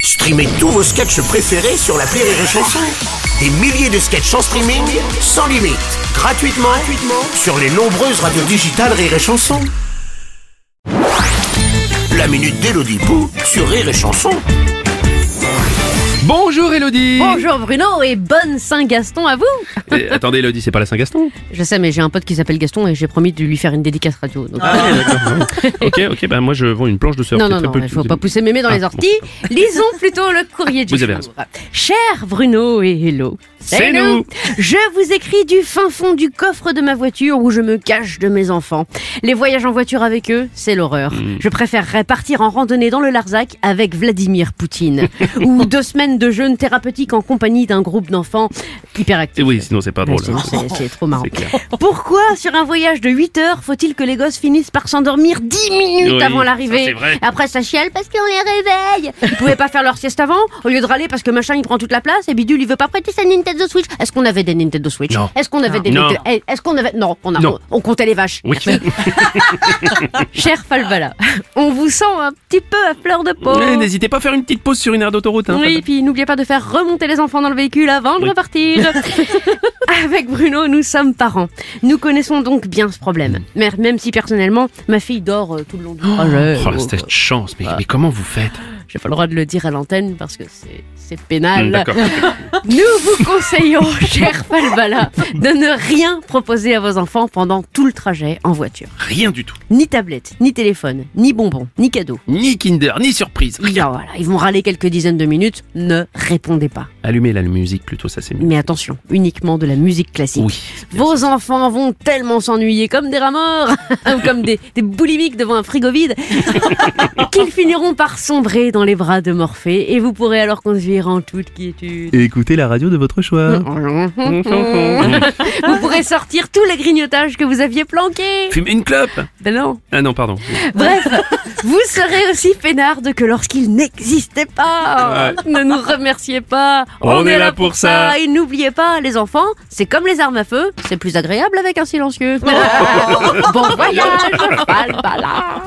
Streamez tous vos sketchs préférés sur la Rire et Chanson. Des milliers de sketchs en streaming, sans limite, gratuitement, gratuitement sur les nombreuses radios digitales Rire et Chanson. La minute d'Elodie sur Rire et Chanson. Bonjour Elodie Eh, Bonjour Bruno et bonne Saint-Gaston à vous Attendez Elodie, c'est pas la Saint-Gaston Je sais mais j'ai un pote qui s'appelle Gaston et j'ai promis de lui faire une dédicace radio. donc- euh, Ok, ok, ben moi je vends une planche de surf. Non, c'est non, très non, peu- il faut pas pousser mémé dans les Ah, orties. Lisons plutôt le courrier du Vous avez jour. Cher Bruno et Hello. C'est nous. Je vous écris du fin fond du coffre de ma voiture où je me cache de mes enfants. Les voyages en voiture avec eux, c'est l'horreur. Mm. Je préférerais partir en randonnée dans le Larzac avec Vladimir Poutine. ou deux semaines de jeûne thérapeutique en compagnie d'un groupe d'enfants Et hyperactifs. oui, sinon c'est pas Ouais, drôle. hein. sinon, c'est- c'est trop marrant. C'est clair. Pourquoi, sur un voyage de 8 heures, faut-il que les gosses finissent par s'endormir 10 minutes Oui, avant ça, c'est l'arrivée vrai. Après, ça chiale parce qu'on les réveille. Ils pouvaient pas faire leur sieste avant, au lieu de râler parce que machin il prend toute la place et Bidule il veut pas prêter sa Nintendo Switch. Est-ce qu'on avait des Nintendo Switch Non. Est-ce qu'on avait des Non. Nintendo- Eh, Est-ce qu'on avait. Non, on, a- Non. on on comptait les vaches. Oui. Cher Falbala, on vous sent un petit peu à fleur de peau. Eh, N'hésitez pas à faire une petite pause sur une aire d'autoroute. hein, Oui, Fab. et puis n'oubliez pas de faire remonter les enfants dans le véhicule avant de Oui. repartir. Avec Bruno, nous sommes parents. Nous connaissons donc bien ce problème. Mais même si personnellement, ma fille dort euh, tout le long du projet. Mm. Oh, la cette chance, Ah. mais, mais comment vous faites J'ai pas le droit de le dire à l'antenne parce que c'est- c'est pénal. Hmm, D'accord. Nous vous conseillons, cher Falbala, de ne rien proposer à vos enfants pendant tout le trajet en voiture. Rien du tout. Ni tablette, ni téléphone, ni bonbons, ni cadeaux. Ni Kinder, ni surprise. Rien. Non, voilà, ils vont râler quelques dizaines de minutes. Ne répondez pas. Allumez la musique plutôt, ça c'est mieux. Mais attention, uniquement de la musique classique. Oui. Vos enfants vont tellement s'ennuyer comme des rats morts, ou comme des, des boulimiques devant un frigo vide, qu'ils finiront par sombrer dans les bras de Morphée et vous pourrez alors conduire en toute quiétude. Et écoutez la radio de votre Mm. choix. Vous pourrez sortir tous les grignotages que vous aviez planqués. Fumez une clope Ben non. Ah non, pardon. Bref, vous serez aussi peinarde que lorsqu'il n'existait pas. Ne nous remerciez pas. On est là pour ça. Et n'oubliez pas, les enfants, c'est comme les armes à feu, c'est plus agréable avec un silencieux. bon voyage, Palpala.